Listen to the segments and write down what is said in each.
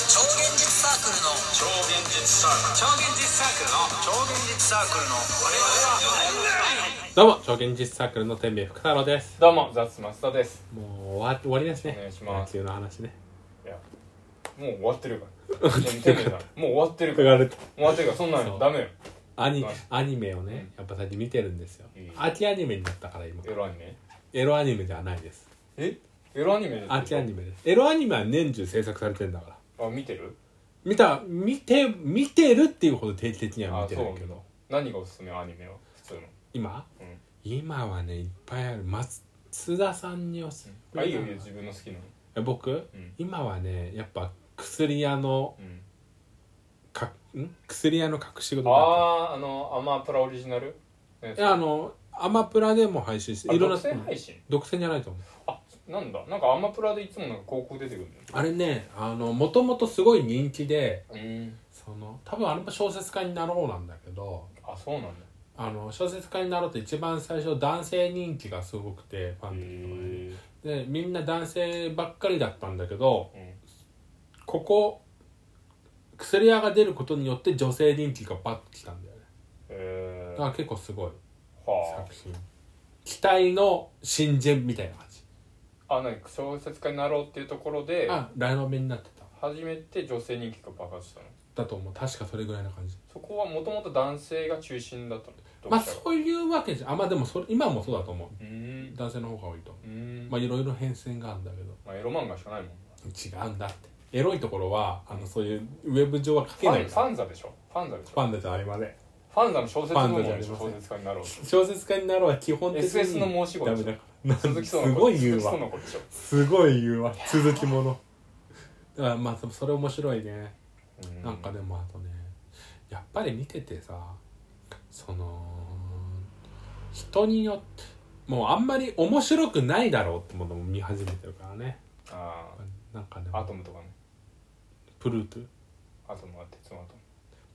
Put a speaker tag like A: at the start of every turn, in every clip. A: 実サークルの
B: 超現実サーク
A: 超現実サークルの
B: ル超現実サークルの
C: どうも超現実サークルの天命福太郎です
D: どうも、ザッツマスターです。
C: もう終わ終わりですね
D: お願いします
C: 野球の話ね
D: いや、もう終わってるから。全然だもう終わってるから。
C: られた
D: 終わってるから、そんな
C: そう
D: のダメよ。
C: アニ
D: はい
C: アニメをねやっぱ最近見てるんですよ
D: いい
C: 秋アニメになったから今
D: エロアニメ
C: エロアニメではないです
D: えエロアニメです
C: 秋アニメですエロアニメは年中制作されてんだから
D: あ、見てる
C: 見た見て見てるっていうほど定期的には
D: あ
C: 見、て
D: そう
C: な
D: ないんだ
C: けど
D: 何がおすすめアニメは普通の。
C: 今
D: うん
C: 今はねいっぱいある松津田さんにおす
D: あ、いいよ、いいよ自分の好きなの。
C: え僕、
D: ん
C: 今はねやっぱ薬屋の
D: うん。
C: かん薬屋の隠し事だっ
D: あー、あの、アマプラオリジナルのやつ
C: たいやあのアマプラでも配信して
D: あ
C: いろんな
D: 独占配信
C: 独占じゃないと思う
D: あ、なんだ。なんかアマプラでいつもなんか広告出てくるんだよ。
C: あれねあのもともとすごい人気で
D: うん。
C: その多分あれも小説家になろうなんだけど
D: あ、そうなんだ。
C: あの小説家になろうって一番最初男性人気がすごくてファ
D: へ
C: ンの人がね
D: ー
C: でみんな男性ばっかりだったんだけど
D: うん。
C: ここ薬屋が出ることによって女性人気がバッときたんだよね
D: え
C: だ
D: ー。
C: か
D: は
C: ら結構すごい
D: あ
C: 作。品期待の新人みたいな感じ
D: あ、何小説家になろうっていうところで、
C: あライノベになってた
D: 初めて女性人気が爆発したの
C: だと思う確かそれぐらいな感じ
D: そこはもともと男性が中心だったの読
C: まあ
D: 者が
C: そういうわけじゃあまあでもそれ今もそうだと思
D: う
C: う
D: ー
C: ん男性の方が多いと思
D: うーん
C: う
D: ま
C: まあいろいろ変遷があるんだけど
D: あエロ漫画しかないもん
C: 違うんだってエロいところはあのそういうウェブ上は書
D: フ
C: けな
D: ァ
C: い
D: ンフ
C: から
D: ァンザでしょファンザでし
C: フ
D: ょ
C: ァンだとあれまで
D: ファンザの小説部門でし
C: ファ
D: ょ
C: ンザじゃありません
D: 小説家にな
C: 小説家にな
D: ろうと
C: るは基本的に
D: SS の申し子
C: ダ
D: で
C: メ
D: しょ
C: だから なん
D: 鈴木
C: す
D: 園
C: ご
D: 子
C: い言う
D: 鈴木
C: わ
D: 園子でしょ
C: すごい言うわ続きものだからまあそれ面白いね
D: うー
C: なんかでもあとねやっぱり見ててさその人によってもうあんまり面白くないだろうってものも見始めてるからね
D: あ
C: なんかね
D: ーアトムとかね
C: プルートゥ
D: アトムは鉄のアトム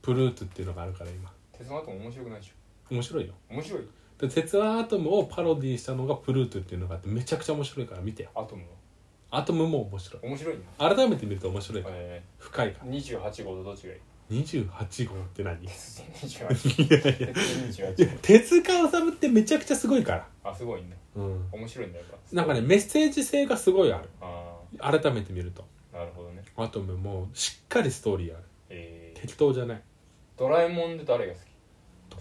C: プルートゥっていうのがあるから今
D: 鉄のアトム面白くないでし
C: 面白いよ
D: ょ面白い
C: で鉄腕アトムをパロディしたのがプルートゥっていうのがあってめちゃくちゃ面白いから見てよ
D: アトムは
C: アトムも面白い
D: 面白いな
C: 改めて見ると面白いから
D: え
C: 深いから
D: ー、28号とどっちがいい
C: 28号って何い
D: 鉄人28
C: やい や
D: 鉄 人
C: いや
D: 28
C: 手塚治虫ってめちゃくちゃすごいから
D: あすごいね
C: うん
D: 面白いんだやっぱ
C: なんかねメッセージ性がすごいある
D: あ
C: 改めて見ると
D: あなるほどね
C: アトムもしっかりストーリーある
D: えー、
C: 適当じゃない
D: ドラえもんで誰が好き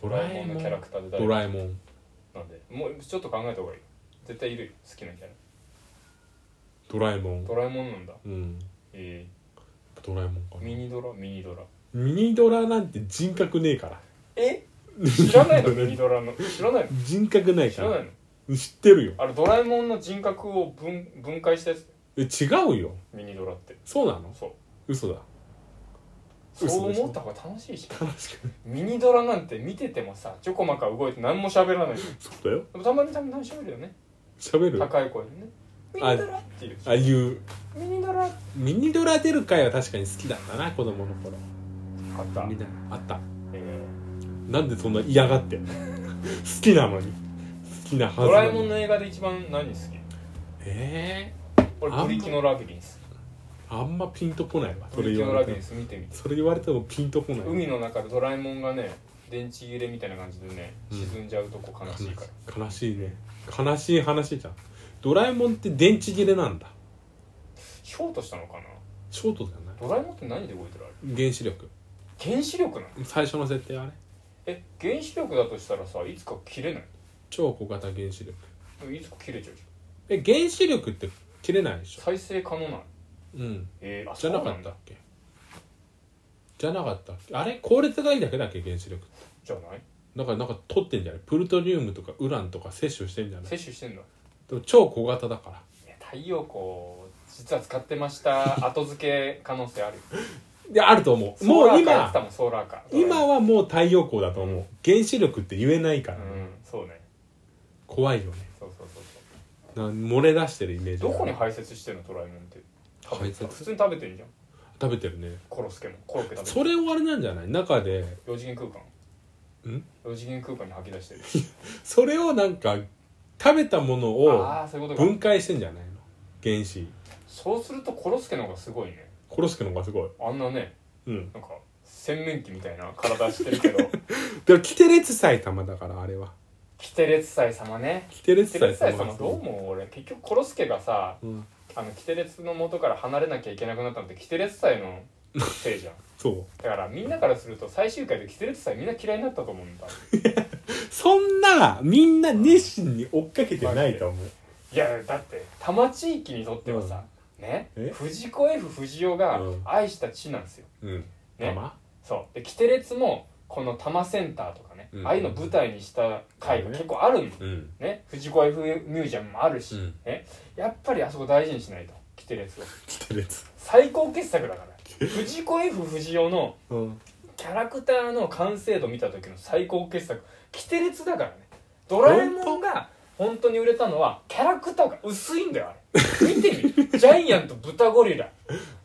D: ド
C: ド
D: ラ
C: ラ
D: え
C: え
D: もん
C: も
D: の
C: ん
D: キャラクターで誰
C: ドラえもん
D: なんでもうちょっと考えた方がいい絶対いるよ好きなキャラ
C: ドラえもん
D: ドラえもんなんだ
C: うん
D: え
C: ドラえもんか
D: ー、ミニドラミニドラ
C: なミニドラなんて人格ねえから
D: え知ら ないのミニドラの知らないの
C: 人格ない
D: 知
C: から
D: な
C: ら
D: いの
C: 知ってるよ
D: あれドラえもんの人格を分分解したやつ
C: え違うよ
D: ミニドラって
C: そうなの
D: そう
C: 嘘だ嘘
D: そう
C: 嘘
D: 思った方が楽しいし
C: 楽しくない
D: ミニドラなんて見ててもさちょこまか動いて何も喋らないで
C: そうだよ
D: もたまにたまに喋るよね
C: 喋る
D: 高い声でねミニドラっていう
C: ああいう
D: ミニドラって
C: ミニドラ出る回は確かに好きだったな子供の頃
D: あった
C: みたいなあった
D: え
C: なんでそんな嫌がってんの 好きなのに好きなはず
D: ー、ド
C: な
D: ラえ
C: に
D: もんの映画で一番何好き
C: え
D: 俺
C: あんま
D: ブリキのラビリンス
C: ー、あんまピンとこないわそ
D: ブ
C: れ
D: リキ
C: 言
D: の
C: わ
D: ラ
C: れて
D: ビ
C: も
D: リンス見てみて
C: それ言われてもピンとこない
D: 海の中でドラえもんがね電池切れみたいな感じでね
C: うん
D: 沈んじゃうとこ悲しいから、
C: 悲しいね悲しい話じゃんドラえもんって電池切れなんだ
D: ショートしたのかな
C: ショートじゃない
D: ドラえもんって何で動いてるあれ
C: 原子力
D: 原子力なの
C: 最初の設定あれ
D: え原子力だとしたらさいつか切れない
C: 超小型原子力
D: いつか切れちゃうじゃん
C: え原子力って切れないでしょ
D: 再生可能なの
C: うん
D: えー、あ
C: じゃなか
D: そう
C: った
D: ん
C: っ
D: だ
C: けじゃなかったっけあれ効率がいいだけだっけ原子力って
D: じゃない
C: だからなんか取ってんじゃないプルトニウムとかウランとか摂取してんじゃない
D: 摂取してんだ
C: でも超小型だから
D: いや太陽光実は使って ました後付け可能性あるよ
C: いやあると思う
D: ソー
C: も
D: ラ
C: う
D: ーカーやっ
C: 今
D: てたもんソーラーカー
C: 今はもう太陽光だと思う原子力って言えないから、
D: う
C: ね
D: んそうね
C: 怖いよね
D: そうそうそうそ
C: な
D: う
C: 漏れ出してるイメージ
D: どこに
C: 入
D: 排泄してんのドラえもんって
C: 排泄
D: 普通に食べてんじゃん
C: 食べてるね
D: コロスケもコロッケ食べ
C: そ
D: てる
C: れをあれなんじゃない中で
D: 4次元空間
C: ん
D: ?4 次元空間に吐き出してる
C: それをなんか食べたものを
D: ああそういうことか
C: 分解してんじゃないの原子
D: そうするとコロスケの方がすごいね
C: コロスケの方がすごい
D: あんなね
C: うん
D: なんか洗面器みたいな体してるけど
C: でもキテレツ埼玉だからあれは
D: キテレツ祭様ね
C: キテレ
D: キ
C: ツ
D: テレ
C: 埼
D: ツ祭
C: 様
D: 様どう思う俺結局コロスケがさ
C: うん、
D: あのキテレツの元から離れなきゃいけなくなったのってキテレツ祭のせいじゃん
C: そう
D: だからみんなからすると最終回でキテレツ祭みんな嫌いになったと思うんだ
C: そんなみんな熱心に追っかけてないと思う
D: いやだって多摩地域にとってはさ、ね
C: え
D: 藤子 F 不二雄が
C: うん
D: 愛した地なんですよ、
C: うん
D: ね
C: ま
D: そうでキテレツもこの多摩センターとかね、
C: うん
D: ああいうの舞台にした回が結構あるんだ
C: うん
D: ね藤子 F ミュージアムもあるし、
C: うん
D: ね、やっぱりあそこ大事にしないとキテレツを
C: キテレツ
D: 最高傑作だか ら藤子 F 不二雄の
C: うん
D: キャラクターの完成度見た時の最高傑作キテレツだからねドラえもんが本当に売れたのはキャラクターが薄いんだよあれ見てみジャイアンと豚ゴリラ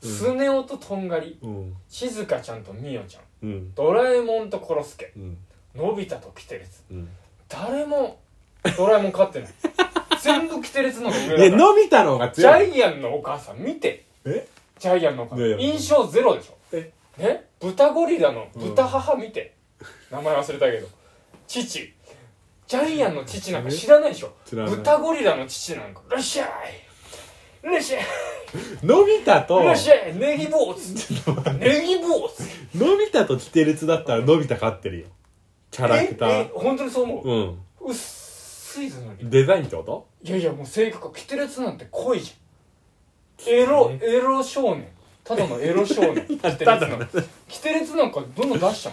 C: うん
D: スネ夫ととんがり
C: うん
D: 静香ちゃんとみおちゃん
C: うん
D: ドラえもんとコロスケ
C: うん
D: のび太とキテレツ
C: うん
D: 誰もドラえもん飼 ってない全部キテレツの方が
C: ね
D: 上だから
C: のび太の方が
D: ジ
C: 強い
D: ャイアンのお母さん見て
C: え
D: ジャイアンのお母さ
C: いやい
D: ん
C: や
D: 印象ゼロでしょ
C: え
D: ね豚ゴリラの豚母見て、名前忘れたけど父ジャイアンの父なんか知らないでしょ
C: 知らない
D: 豚ゴリラの父なんか「らっしゃいらっしゃい
C: のび太と
D: らっしゃいネギ坊主 ネギ坊主
C: のび太とキテレツだったらのび太勝ってるよキャラクタ
D: ええ
C: ー
D: 本当にそう思う、
C: うん
D: 薄いぞのり
C: デザインってこと
D: いやいやもう性格がキテレツなんて濃いじゃんエロエロ少年ただのエロ少年キテレツ
C: た
D: な
C: だ
D: んかキテレツなんかどんどん出しちゃう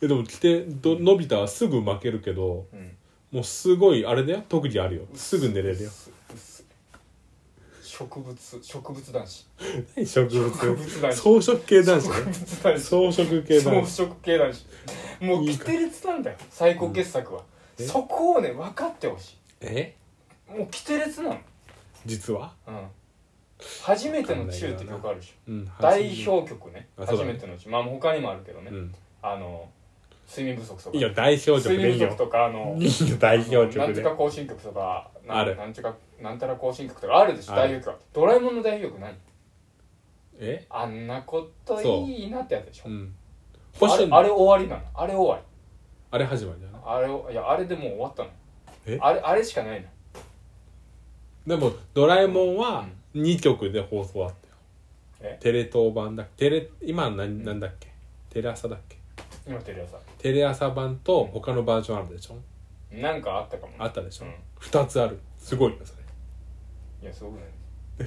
C: えでもキテどのび太はすぐ負けるけど
D: うん
C: もうすごいあれだよ特技あるよすぐ寝れるよ
D: 植物植物男子
C: 何植物
D: 植物 男子
C: 草食系男子
D: 植
C: ね
D: 物男
C: 草
D: 子
C: 食系男子
D: 草食系男子もう
C: い
D: キ
C: いか
D: テレツなんだよ最高傑作は
C: え
D: そこをね分かってほし
C: え
D: いもうキテレツなの
C: 実は
D: うん初めてのチューって曲あるでしょ
C: うん
D: 代表曲ね
C: あそう
D: 初
C: だね
D: めてのうちまあ他にもあるけどね、
C: うん
D: あの睡眠不足とか
C: いいよ代表曲
D: 睡
C: でい
D: 眠
C: い
D: 不足
C: よ
D: とかあの
C: いいよ代表
D: な
C: 曲
D: んと
C: で
D: か行進曲とかなん
C: ある
D: なんとかなんたら行進曲とかあるでしょ
C: ある
D: 代表曲はドラえもんの代表曲何
C: え
D: あんなこといいなってやつでしょ
C: うん
D: あれ
C: 星
D: あれ終わりなのあれ終わり
C: あれ始まりじゃない
D: あれをいやあれでもう終わったの
C: え
D: あれあれしかないの
C: でも「ドラえもん」は2曲で放送あったよ、
D: え
C: テレ東版だテレ今は何なんだっけテレ朝だっけ
D: 今テレ朝
C: テレ朝版と他のバージョンあるでしょ
D: なんかあったかもね
C: あったでしょ、
D: うん
C: 2つあるすごいよそれ
D: いやすごくない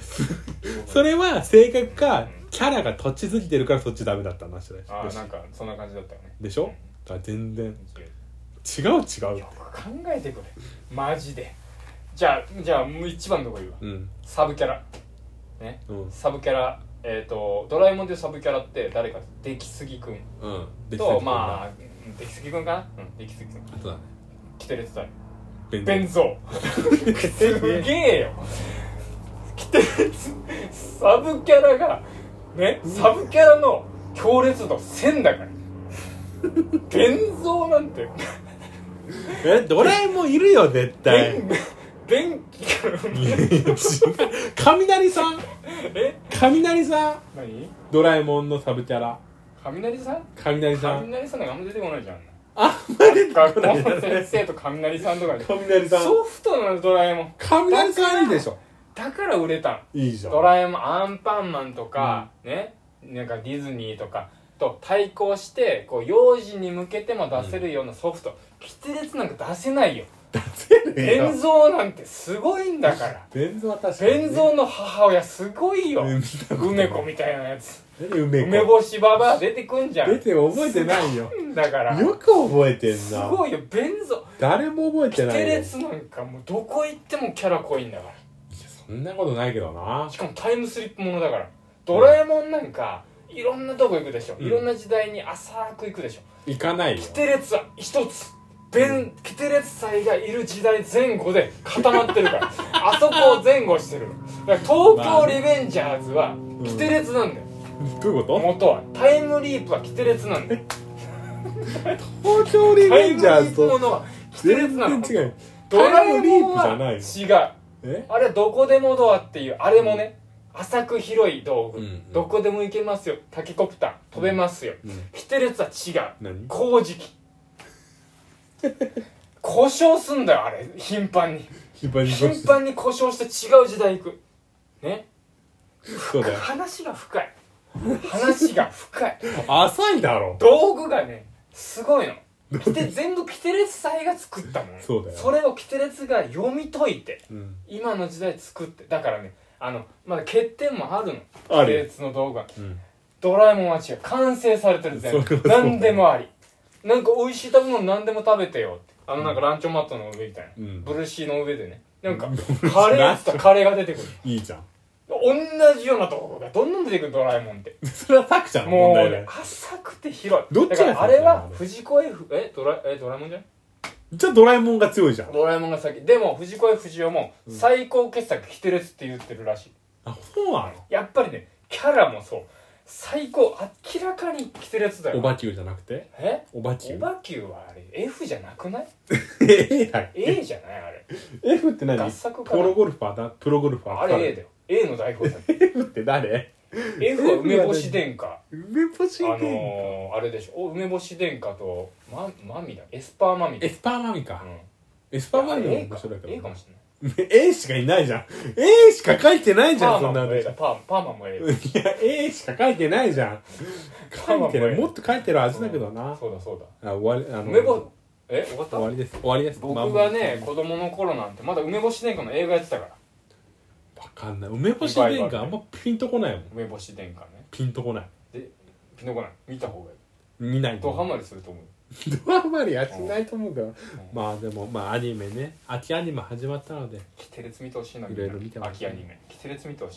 C: それは性格か
D: うん
C: キャラがとっちすぎてるからそっちダメだった話だよ
D: ああなんかそんな感じだったよね
C: でしょだから全然違う違う
D: よく考えてくれマジでじゃあじゃあもう一番のとこ言うわ
C: うん
D: サブキャラね
C: うん
D: サブキャラえっ、とドラえもんでいうサブキャラって誰か出来すぎくん
C: うんで
D: とまあうん出来すぎくんかなうん出来すぎくん
C: あそうだね
D: キテレツ隊
C: ベン
D: ベンゾーすげえよキテレツサブキャラがねサブキャラの強烈度1000だからベンゾーなんて
C: えドラえもんいるよ絶
D: ベ
C: 対
D: ンベンキ
C: いやいや違う 雷さん
D: え
C: 雷さん
D: 何
C: ドラえもんのサブキャラ
D: 雷さん
C: 雷さん
D: 雷さんなんかあんま出てこないじゃん
C: あんまり
D: 学校の先生と雷さんとかで
C: 雷さん
D: ソフトなのドラえもん
C: 雷さんいいでしょ
D: だから売れたの
C: いいじゃん
D: ドラえもんアンパンマンとか、ねなんかディズニーとかと対抗してこう幼児に向けても出せるようなソフト、キテレツなんか出せないよ
C: ベ
D: 現像なんてすごいんだから
C: ンゾは確かにね
D: 現像の母親すごいよ
C: うん見たことない
D: 梅子みたいなやつ
C: 何梅子
D: 梅干しババア出てくんじゃん
C: 出て覚えてないよ
D: だから
C: よく覚えてん
D: す
C: な
D: ごいよ現像
C: 誰も覚え
D: キ
C: て
D: テ
C: ない
D: レ
C: よ
D: ツなんかもうどこ行ってもキャラ濃いんだから
C: そんなことないけどな
D: しかもタイムスリップものだからドラえもんなんかいろんなとこ行くでしょ、
C: うん
D: いろんな時代に浅く行くでしょ
C: 行かないよ
D: キテレツは一つベンキテレツ祭がいる時代前後で 固まってるからあそこを前後してるだから東京リベンジャーズはキテレツなんだよ、
C: どういうこ
D: 元はタイムリープはキテレツなんだよ
C: と東京リ
D: タ
C: ベ
D: イ
C: ン
D: ム
C: ジ
D: リ
C: ャー
D: ー
C: ズ
D: プも
C: と
D: のはキテレツ
C: 全
D: なの
C: 然違う
D: ドラえ
C: タイムリ
D: も
C: ー
D: ん
C: プじゃない
D: は違う
C: え
D: あれはどこでもドアっていうあれもね、浅く広い道具、
C: うんうん
D: どこでも行けますよタケコプター飛べますよ、
C: うん
D: キテレツは違う
C: 何
D: 工事機 故障すんだよあれ頻繁に
C: 頻繁に
D: 頻繁に故障して違う時代行くね
C: そうだよ
D: 話が深い話が 深い
C: 浅いだろ
D: 道具がねすごいのきて全部キテレツ祭が作ったもん
C: そうだよ
D: それをキテレツが読み解いて
C: うん
D: 今の時代作ってだからねあのまだ欠点もあるの
C: あ
D: キテレ
C: る
D: ツの道具は
C: うん
D: ドラえもんは違う完成されてる全
C: それ
D: 部
C: はそう
D: 何でもありなんか美味しい食べ物何でも食べてよってあのなんかランチョンマットの上みたいな、
C: うん
D: ブルーシーの上でねなんか
C: シー
D: カレーっつったらカレーが出てくる
C: いいじゃん
D: 同じようなとこがどんどん出てくるドラえもんって
C: それはタクちゃんの
D: も
C: 問
D: う
C: 題だ
D: ね
C: よ
D: 浅くて広い
C: どっちが
D: だからあれは藤子 F えドラえドラえもんじゃない
C: じゃあドラえもんが強いじゃん
D: ドラえもんが先でも藤子 F 不二雄も最高傑作キテレツって言ってるらしい
C: あそうな
D: やっぱりねキャラもそう最高明らかにキテレツだ
C: のお
D: よ
C: ばきゅうじゃなくて
D: え
C: おばきゅ
D: オ
C: う
D: バキューはあれ F じゃなくない
C: A だっけ
D: A じゃないあれ
C: F って何
D: 合作か
C: プ
D: な
C: ロゴルファーだプロゴルファー
D: あれ A だよ A の代表 作
C: F って誰
D: F は梅干し殿下
C: 梅干し
D: あ
C: で
D: のー、あれでしょお梅干し殿下とまマミだエスパーマミだ
C: エスパーマミか
D: うん
C: エスパーマミも
D: A
C: 面
D: か
C: 白いけど
D: A か
C: な
D: もしれない
C: A しかいないじゃん A しか書いてないじゃ
D: パ
C: ん
D: ー
C: そ
D: マ
C: ん
D: ン
C: な
D: も
C: の
D: A だパーパーマンも A だ
C: いや A しか書いてないじゃん書いてないもっと書いてるはずだけどな
D: そうだそうだ
C: あ終わりあの
D: 梅干え終わっ
C: 終わ
D: た
C: りです終わりです
D: 僕がね子供の頃なんてまだ梅干し殿下の映画やってたから
C: まあわかんない梅干し殿下あんまピンとこないもん
D: 梅干し殿下ね
C: ピンとこない
D: でピノコナン見た方がいい
C: 見ない
D: ドハ
C: ド
D: マりすると思う
C: ハマりやってないと思うからまあでもまあアニメね秋アニメ始まったので
D: キテレツ見てほしいなみ
C: い
D: ん
C: ろいろ見て
D: な
C: ます
D: 秋アニメキテレツ見てほしい